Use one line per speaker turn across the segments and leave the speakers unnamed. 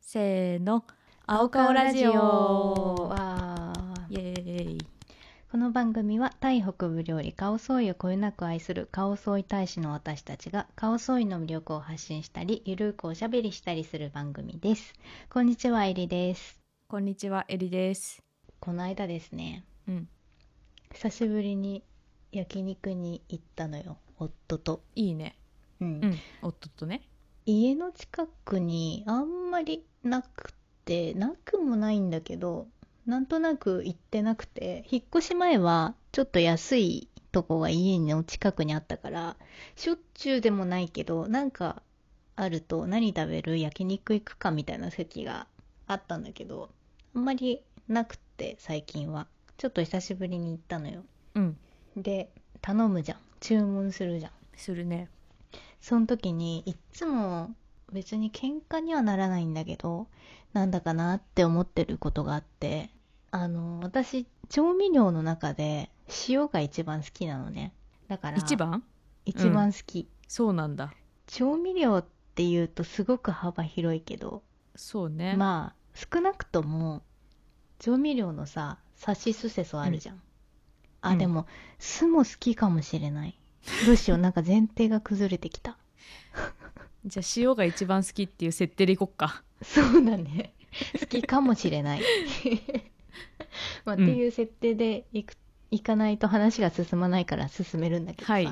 せーの青
青
顔
顔
ラ
ラ
ジ
ジ
オ
オわー
イエーイ
この番組はタイ北部料理カオソーイをこよなく愛するカオソーイ大使の私たちがカオソーイの魅力を発信したりゆるーくおしゃべりしたりする番組ですこんにちはえりです
こんにちはエリです
この間ですね
うん
久しぶりに焼肉に行ったのよ夫と、
いいね
うん
うん夫とね
家の近くにあんまりなくてなくもないんだけどなんとなく行ってなくて引っ越し前はちょっと安いとこが家の近くにあったからしょっちゅうでもないけどなんかあると何食べる焼肉行くかみたいな席があったんだけどあんまりなくて最近はちょっと久しぶりに行ったのよ
うん
で頼むじゃん注文するじゃん
するね
その時にいっつも別に喧嘩にはならないんだけどなんだかなって思ってることがあってあの私調味料の中で塩が一番好きなのねだから
一番
一番好き、
そうなんだ
調味料っていうとすごく幅広いけど
そうね
まあ少なくとも調味料のささしすせそあるじゃん、
う
あ
ん
でも酢も好きかもしれないどうしようなんか前提が崩れてきた
じゃあ塩が一番好きっていう設定でいこっか
そうだね好きかもしれない、 まあ
うん
っていう設定でいくいかないと話が進まないから進めるんだけどさ、
はい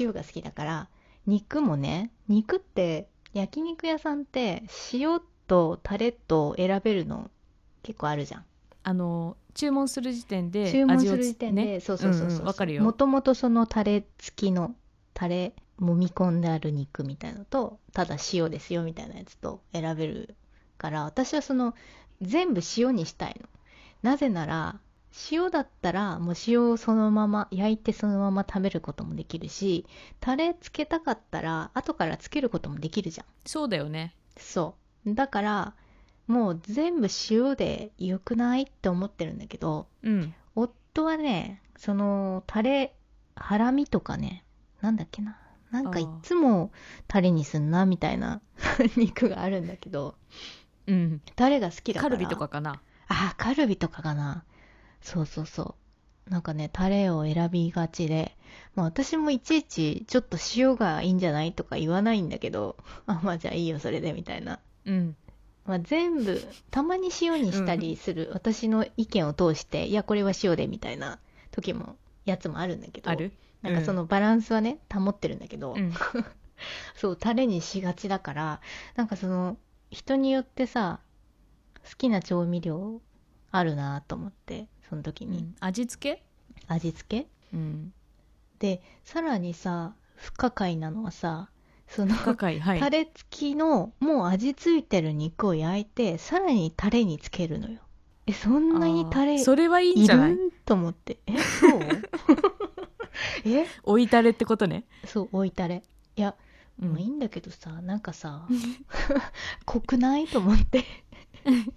塩が好きだから肉もね肉って焼肉屋さんって塩とタレと選べるの結構あるじゃん
あの注文する時点で
注文
味
す
を
る
つ
時点で、
ね
そうそうそうそ
う
う
んうんわかるよ
もともとそのタレ付きのタレ揉み込んである肉みたいのとただ塩ですよみたいなやつと選べるから私はその全部塩にしたいのなぜなら塩だったらもう塩をそのまま焼いてそのまま食べることもできるしタレつけたかったら後からつけることもできるじゃん
そうだよね
そうだからもう全部塩で良くないって思ってるんだけど
うん
夫はねそのタレハラミとかねなんだっけななん
あ
か
ー
いっつもタレにすんなみたいな 肉があるんだけど
うん
タレが好きだか
カル
ら
ビとかかな
あーカルビとかかなそうそうそうなんかねタレを選びがちで、まあ、私もいちいちちょっと塩がいいんじゃないとか言わないんだけど あまあじゃあいいよそれでみたいな
うん
まあ、全部たまに塩にしたりする、私の意見を通していやこれは塩でみたいな時もやつもあるんだけど
ある
なんかそのバランスはね保ってるんだけど、
うん
そうタレにしがちだからなんかその人によってさ好きな調味料あるなと思ってその時
う
に、
ん味付け
味付け
うん
でさらにさ不可解なのはさその
不可解はい
タレ付きのもう味付いてる肉を焼いてさらにタレにつけるのよえそんなにタレ
あー
い
それはいいんじゃない
るんと思ってえそう え
追いタレってことね
そう置いタレいや
う
もういい
ん
んだけどさなんかさ 濃くないと思って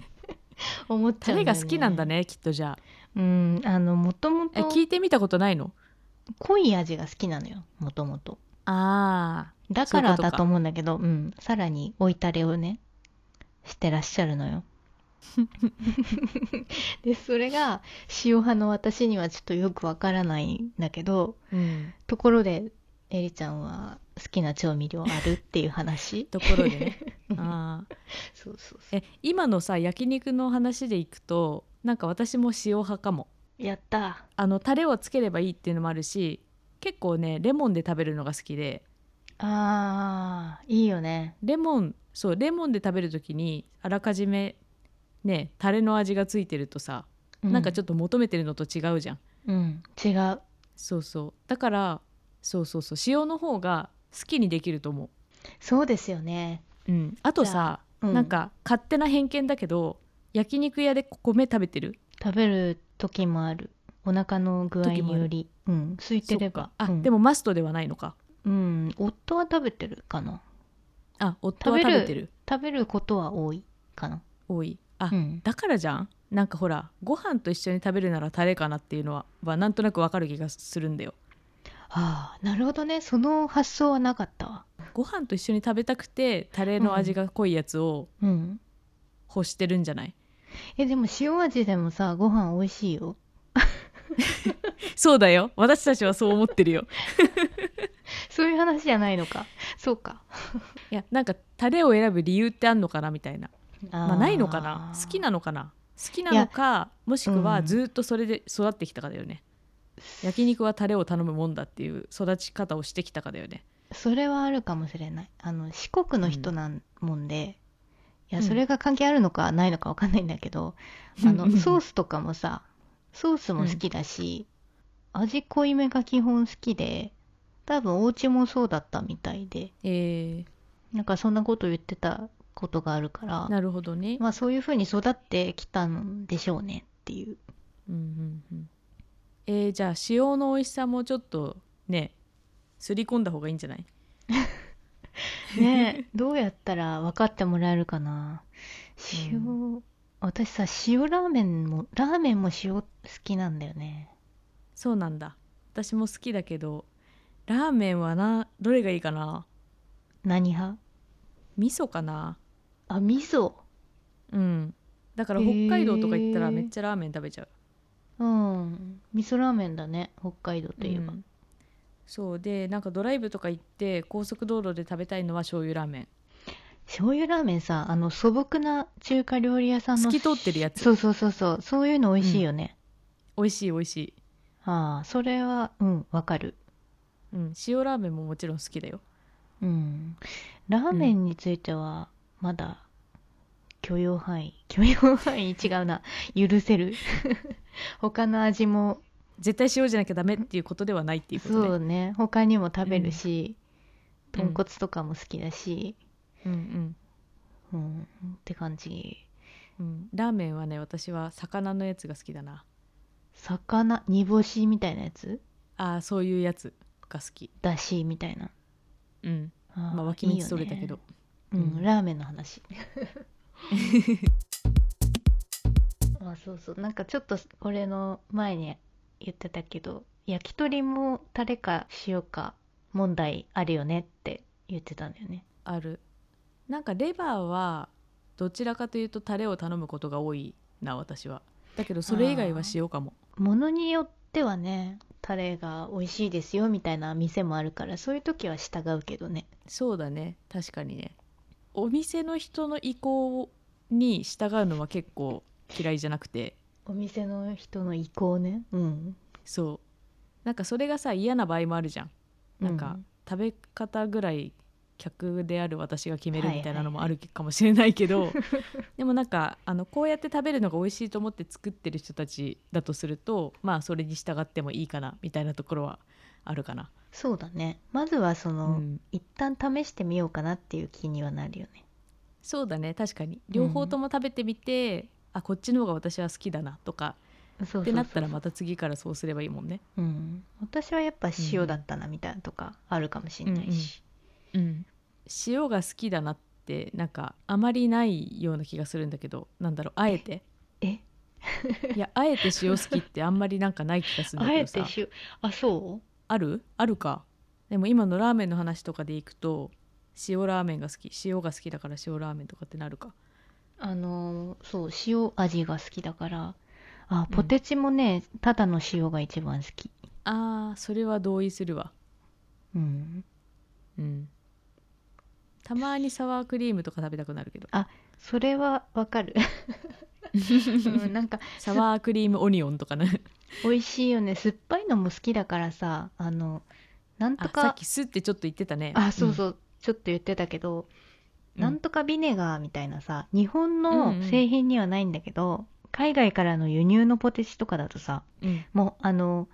思っち
タ
ゃう
レ
よ
が好きなんだねきっとじゃあ
うんあのもとも
え
と
聞いてみたことないの
濃い味が好きなのよもともと
あ
だから
そういうこと
だ
か
と思うんだけどうんさらに追いタレをねしてらっしゃる のよでそれが塩派の私にはちょっとよくわからないんだけど
ーうん
ところでエリちゃんは好きな調味料あるっていう話
ところでねあー
そうそうそ
え今のさ焼肉の話でいくとなんか私も塩派かも
うやった
あのタレをつければいいっていうのもあるし結構ねレモンで食べるのが好きで
あーいいよね
レモンそうレモンで食べる時にあらかじめねタレの味がついてるとさ、なんかちょ
っ
っと求めてるのと違うじゃん
とうん違う
そうそうだからそうそうそう塩の方が好きにできると思
そうですよね、
う、うん、あと
じゃ
さ、
う
なんか勝手な偏見だけど焼肉屋で米食べてる
食べる時もあるお腹の具合
時も
に
ある
よりうん空いてれ
そ
ば
っかあ、
うん
でもマストではないのか
うん夫は食べてるかな
あ夫は食
食べ
べ
る
てる
食べることは多いかな
多いあ、
うん
だからじゃんなんかほらご飯と一緒に食べるならタレかなっていうのははなんとなくわかる気がするんだよ
ああなるほどねその発想はなかったわ
ご飯と一緒に食べたくてタレの味が濃いやつを
うん
欲してるんじゃない
えでも塩味でもさご飯美味しいよ
そうだよ私たちはそう思ってるよ
そういう話じゃないのかそうか
いやなんかタレを選ぶ理由ってあんのかなみたいなまあ、ないのかな好き
な
なのかな好きなのかもしく
う
は
ん
ずっとそれで育ってきたかだよね、焼肉はタレを頼むもんだっていう育ち方をしてきたかだよね
それはあるかもしれないあの四国の人なんもんで、いうや
ん
それが関係あるのかないのかわかんないんだけど、あのソースとかもさソースも好きだし、味濃いめが基本好きで多分お家もそうだったみたいで
え
なんかそんなこと言ってたことがあるから
ー、なるほどね、
まあそういう風に育ってきたんでしょうねっていう
うんうんうんえーじゃあ塩の美味しさもちょっとねすり込んだ方がいいんじゃない
ねえどうやったら分かってもらえるかな塩、私さ塩ラーメンもラーメンも塩好きなんだよね
そうなんだ私も好きだけどラーメンはなどれがいいかな
何派
味噌かな
あ味噌
うんだから
へー
北海道とか行ったらめっちゃラーメン食べちゃう
うん味噌ラーメンだね北海道といえば、
うんそうでなんかドライブとか行って高速道路で食べたいのは醤油ラーメン
醤油ラーメンさあの素朴な中華料理屋さん
透
の
き通ってるやつ
そうそうそうそうそういうの美味しいよね、
美味しい美味しい、
ああそれはうんわかる
うん、塩ラーメンももちろん好きだよ
うんラーメンについてはまだ許容範囲、 許容範囲違うな許せる 他の味も
絶対塩じゃなきゃダメっていうことではないっていうことね
そうね他にも食べるし、
うん
豚骨とかも好きだし、
うんうん
うん、って感じ
うん、ラーメンはね私は魚のやつが好きだな
魚煮干しみたいなやつ
あーそういうやつが好き
だしみたいな
うん
あー
まあ脇道それたけど
いいよねうん、ラーメン の話あそうそうなんかちょっと俺の前に言ってたけど焼き鳥もタレか塩か問題あるよねって言ってたんだよね
あるなんかレバーはどちらかというとタレを頼むことが多いな私はだけどそれ以外は塩かも
ものによってはねタレが美味しいですよみたいな店もあるからそういう時は従うけどね
そうだね確かにねお店の人の意向に従うのは結構嫌いじゃなくて
お店の人の意向ねうん
そうなんかそれがさ嫌な場合もあるじゃんなん
う
か食べ方ぐらい客である私が決めるみたいなのもあるかもしれないけど、 でもなんかあのこうやって食べるのが美味しいと思って作ってる人たちだとするとまあそれに従ってもいいかなみたいなところはあるかな。
そうだねまずはその、
うん
一旦試してみようかなっていう気にはなるよね
そうだね確かに両方とも食べてみて、あこっちの方が私は好きだなとか
そうそうそう
ってなったらまた次からそうすればいいもんね。
うん、私はやっぱ塩だったなみたいなとかあるかもしれないし、
うん、塩が好きだなってなんかあまりないような気がするんだけどなんだろうあえて
え
い やあえて塩好きってあんまりなんかない気がするんだ
あ
け
え
ど
て
さ
塩あそう
あるあるかでも今のラーメンの話とかでいくと塩ラーメンが好き塩が好きだから塩ラーメンとかってなるか
あのーそう塩味が好きだからあポテチもね、ただの塩が一番好き
あーそれは同意するわ
うん
うんたまにサワークリームとか食べたくなるけど
それはわか る、うん、なんか
サワークリームオニオンとかね
美味しいよね酸っぱいのも好きだからさあのなんと
あさっ
か
きすってちょっと言ってたね
あそうそう、ちょっと言ってたけど
うん、
なんとかビネガーみたいなさ日本
うんう
の
ん
製品にはないんだけど、海外からの輸入のポテチとかだとさ
うん
もうあの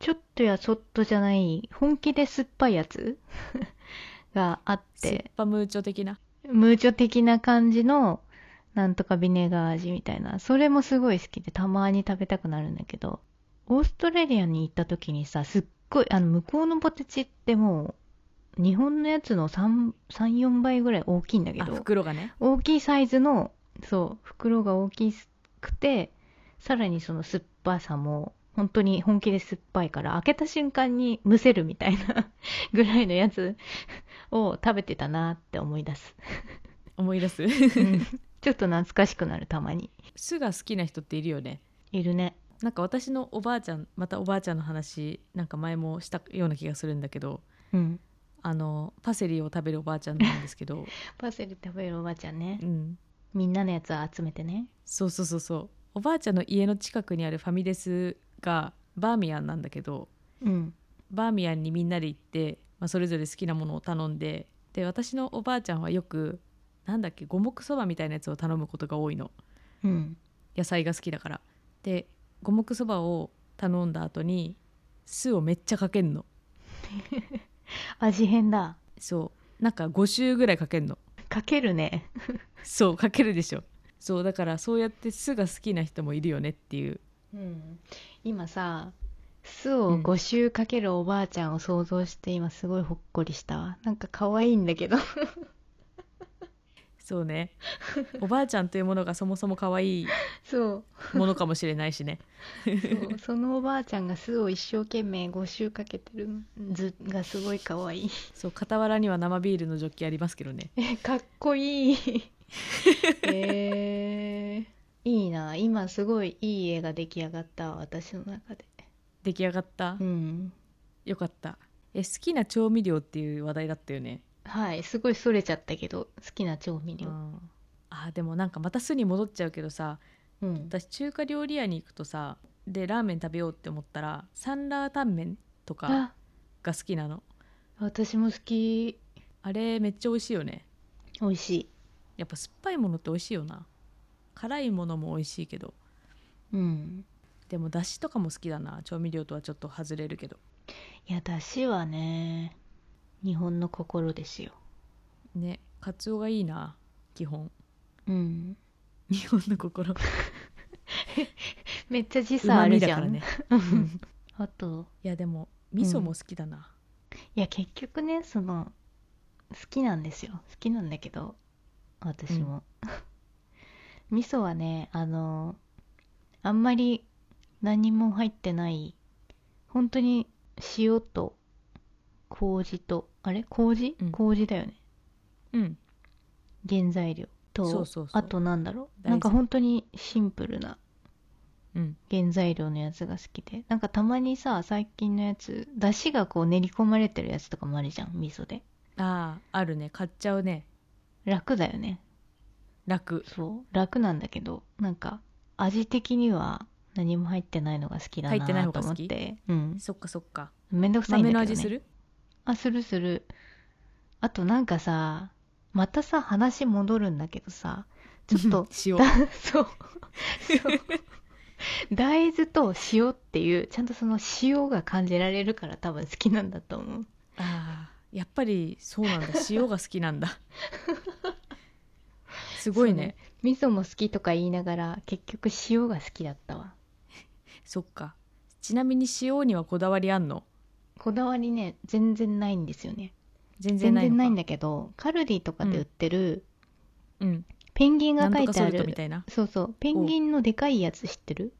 ちょっとやそっとじゃない本気で酸っぱいやつ があっ
スッ
て
パムーチョ的な
ムーチョ的な感じのなんとかビネガー味みたいなそれもすごい好きでたまに食べたくなるんだけどオーストラリアに行った時にさすっごいあの向こうのポテチってもう日本のやつの34倍ぐらい大きいんだけ
あ
ど
袋がね
大きいサイズのそう袋が大きくてさらにその酸っぱさも本当に本気で酸っぱいから開けた瞬間にむせるみたいな ぐらいのやつを食べてたなって思い出す、
思い出す
うん ちょっと懐かしくなるたまに
酢が好きな人っているよね
いるね
なんか私のおばあちゃんまたおばあちゃんの話なんか前もしたような気がするんだけど
うん
あのパセリを食べるおばあちゃんなんですけど、
パセリ食べるおばちゃんね
うん、
みんなのやつを集めてね
そうそうそうそうおばあちゃんの家の近くにあるファミレスがバーミヤンなんだけど
うん
バーミヤンにみんなで行って、まあ、それぞれ好きなものを頼んでで私のおばあちゃんはよくなんだっけ五目そばみたいなやつを頼むことが多いの
うん
野菜が好きだからで五目そばを頼んだ後に酢をめっちゃかけんの
味変だ
そうなんか5周ぐらいかけんの
かけるね
そうかけるでしょそうだからそうやって酢が好きな人もいるよねっていう
うん今さ酢を5周かけるおばあちゃんを想像して今すごいほっこりしたわなんか可愛いんだ けど
そうねおばあちゃんというものがそもそも可愛い
そう
ものかもしれないしね
そうそのおばあちゃんが酢を一生懸命5周かけてる図がすごい可愛い
そう傍らには生ビールのジョッキありますけどね
え かっこいい えー、いいな今すごいいい絵が出来上がったわ私の中で
出来上がった、
うん
よかったえ好きな調味料っていう話題だったよね
はいすごいそれちゃったけど好きな調味料
あーでもなんかまた酢に戻っちゃうけどさ
うん
私中華料理屋に行くとさでラーメン食べようって思ったらサンラータンメンとか
あ
が好きなの
私も好き
あれめっちゃ美味しいよね
美味しい
やっぱ酸っぱいものって美味しいよな辛いものも美味しいけど
うん
でもだしとかも好きだな調味料とはちょっと外れるけど
いやだしはね日本の心ですよ
ねカツオがいいな基本
うん
日本の心
めっちゃ時
う
差
ま
あ
み
る
だ
じ
か
ゃ
ら
ん、
ね
うんあと
いやでも味噌も好きだな、
いや結局ねその好きなんですよ好きなんだけど私も、味噌はねあのあんまり何も入ってない本当に塩と麹とあれ麹、
うん
麹だよね
うん
原材料と
そうそうそう
あとなんだろう
大豆
なんか本当にシンプルな
うん
原材料のやつが好きでなんかたまにさ最近のやつだしがこう練り込まれてるやつとかもあるじゃん味噌で
あああるね買っちゃうね
楽だよね
楽
そう楽なんだけどなんか味的には何も入ってないのが好きだ
入ってない
な
方
と
が
思
好
っ
き
てうん
そっかそっか
めんどくさいんだ
豆
けど、
の味
ね、
する
あするするあとなんかさまたさ話戻るんだけどさちょっ と
塩
だそうそう大豆と塩っていうちゃんとその塩が感じられるから多分好きなんだと思う
あーやっぱりそう なんだ塩が好きなんだすごいね
味噌も好きとか言いながら結局塩が好きだったわ
そっかちなみに塩にはこだわりあんの
こだわりね全然ないんですよね
全然
全
ないの
然
か
ないんだけどカルディとかで売ってる
うん
ペンギン
な
が
んとか
書いて
ソ
あ
ルト
る
みたいな
そうそうペンギンのでかいやつ知ってる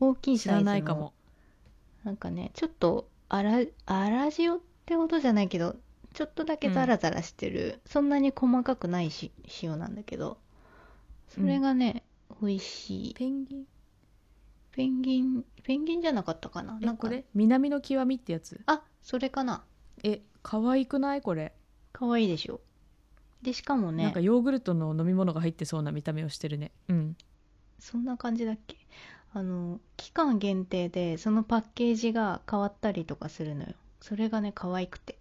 大きい
知
サイ
ら
ズの
ないかも
なんかねちょっとあら粗塩ってほどじゃないけどちょっとだけザラザラしてる、そんなに細かくないし塩なんだけどそれがね、美味しい
ペンギン
ペンギンペンギンじゃなかったかな
え
なんか
これ南の極みってやつ
あそれかな
え可愛くないこれ、
可愛いでしょでしか
な
も
ん
ね
かヨーグルトの飲み物が入ってそうな見た目をしてるねうん
そんな感じだっけあの期間限定でそのパッケージが変わったりとかするのよそれがね可愛くて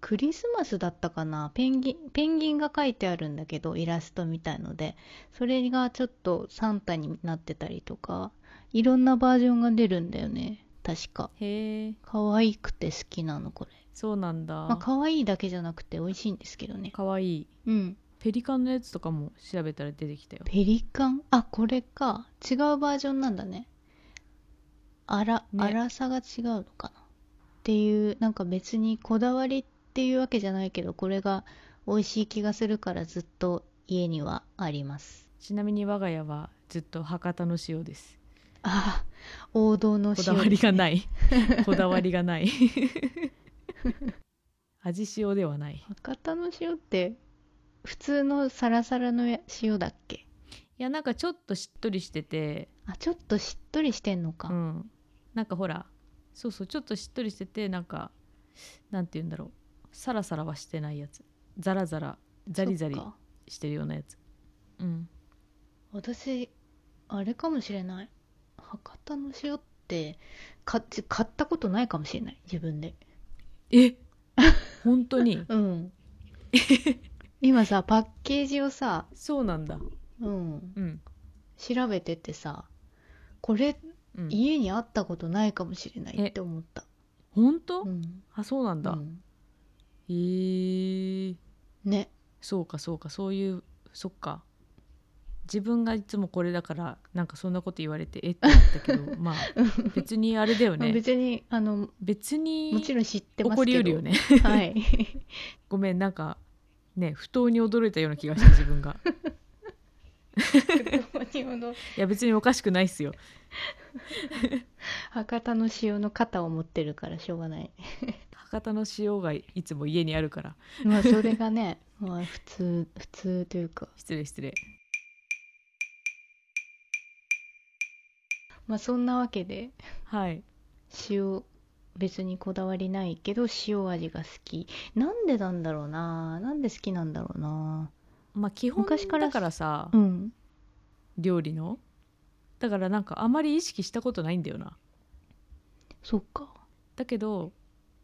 クリスマスだったかなペンギンペンギンが書いてあるんだけどイラストみたいのでそれがちょっとサンタになってたりとかいろんなバージョンが出るんだよね確か
へえ
可愛くて好きなのこれ
そうなんだ、
まあ可愛いだけじゃなくて美味しいんですけどね
かわいい
うん
ペリカンのやつとかも調べたら出てきたよ
ペリカンあこれか違うバージョンなんだねあら、
ね
粗さが違うのかなっていうなんか別にこだわりっていうわけじゃないけどこれが美味しい気がするからずっと家にはあります
ちなみに我が家はずっと博多の塩です
あー王道の
こだ
塩
わりがない こだわりがない 味塩ではない
博多の塩って普通のサラサラの塩だっけ
いやなんかちょっとしっとりしてて、
あちょっとしっとりしてんのか、
うん、なんかほらそうそうちょっとしっとりしててなんかなんて言うんだろうサラサラはしてないやつザラザラザリザリ
そっか
してるようなやつうん
私あれかもしれない博多の塩って買っ買ったことないかもしれない自分で
え本当 に
うん今さパッケージをさ、
そうなんだ
うん、
うん
調べててさこれ
うん
家にあったことないかもしれない
え
って思った、
本当、
うん
あそうなんだ、
うん
へえ
ね
そうかそうかそういうそっか自分がいつもこれだからなんかそんなこと言われてえって思ったけ どまあ別にあれだよ
まあ
ね
別にあの
別に
もちろん知って
起
ますけど
こりうるよね
はい
ごめんなんかね不当に驚いたような気がした自分が
先ほど
いや別におかしくないっすよ
博多の塩の型を持ってるからしょうがない
博多の塩がいつも家にあるから
まあそれがね まあ普通普通というか
失礼失礼
まあそんなわけで
はい
塩別にこだわりないけど塩味が好きなんでなんだろうななんで好きなんだろうな
まあ基本
昔から
だからさ
うん
料理のだからなんかあまり意識したことないんだよな
そっか
だけど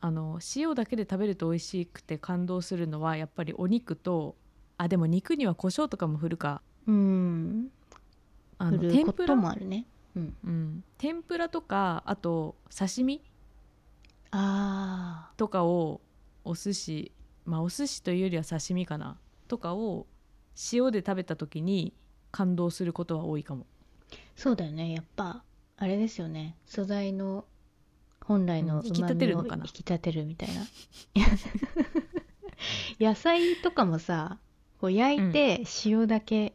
あの塩だけで食べると美味しくて感動するのはやっぱりお肉とあでも肉には胡椒とかも振るか
うん
あ
振
の
る
天
こ
ぷ
と
ら、
もあるねうん
うん、天ぷらとかあと刺身
あ
とかをお寿司まあお寿司というよりは刺身かなとかを塩で食べた時に感動することは多いかも、
ーそうだよねやっぱあれですよね素材の本来の
うん
う
引き
ま
立て
み
る
を
の
引
かな
き立てるみたいな 野菜とかもさこう焼いて塩だけ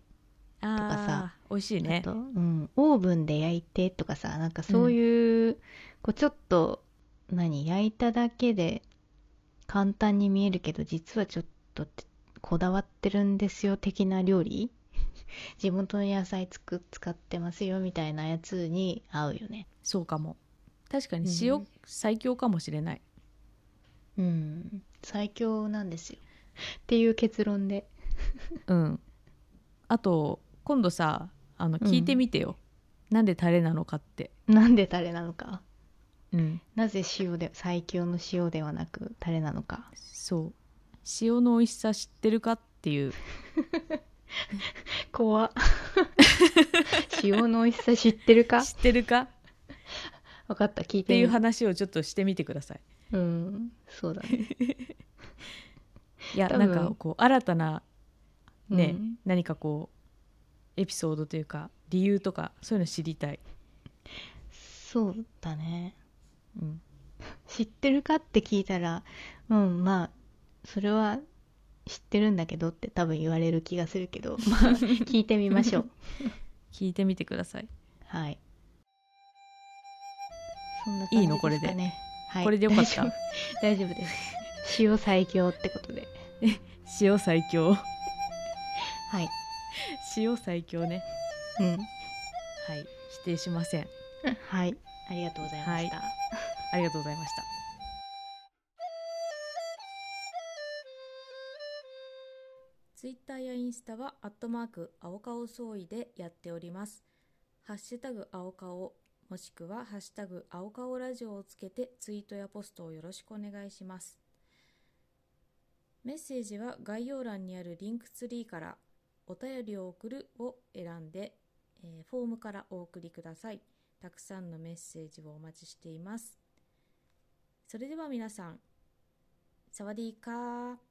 あ
とかさ
ー美味しいね
あと、うん、オーブンで焼いてとかさなんかそういう、こうちょっと何焼いただけで簡単に見えるけど実はちょっとてこだわってるんですよ的な料理 地元の野菜つく使ってますよみたいなやつに合うよね
そうかも確かに
う
塩
ん
最強かもしれない、
うん最強なんですよっていう結論で
うん、あと今度さあの
うん
聞いてみてよ、なんでタレなのかって、
なんでタレなのか
うん、
なぜ塩で最強の塩ではなくタレなのか
そう塩の美味しさ知ってるかっていう
怖っ塩の美味しさ知ってるか
知ってるかっ
分かった聞いて
て
み
いう
る
話をちょっとしてみてください
うんそうだね
いや
多
な
分
んかこう新たな ね、
うん
何かこうエピソードというか理由とかそういうの知りたい、
そうだね
うん、
知ってるかって聞いたらうんまあそれは知ってるんだけどって多分言われる気がするけ どまあ聞いてみましょう
聞いてみてください、
はいそんな感じ
いいのこれです
かねはい、
これでよかった
大丈夫大丈夫 です塩最強ってことで
塩最強
はい
塩最強ね
うん
はい否定しません
はいありがとうございました、
ありがとうございましたツイッターやインスタはアットマーク青顔総意でやっておりますハッシュタグ青顔もしくはハッシュタグ青顔ラジオをつけてツイートやポストをよろしくお願いしますメッセージは概要欄にあるリンクツリーからお便りを送るを選んで、えーフォームからお送りくださいたくさんのメッセージをお待ちしていますそれでは皆さんサワディーカー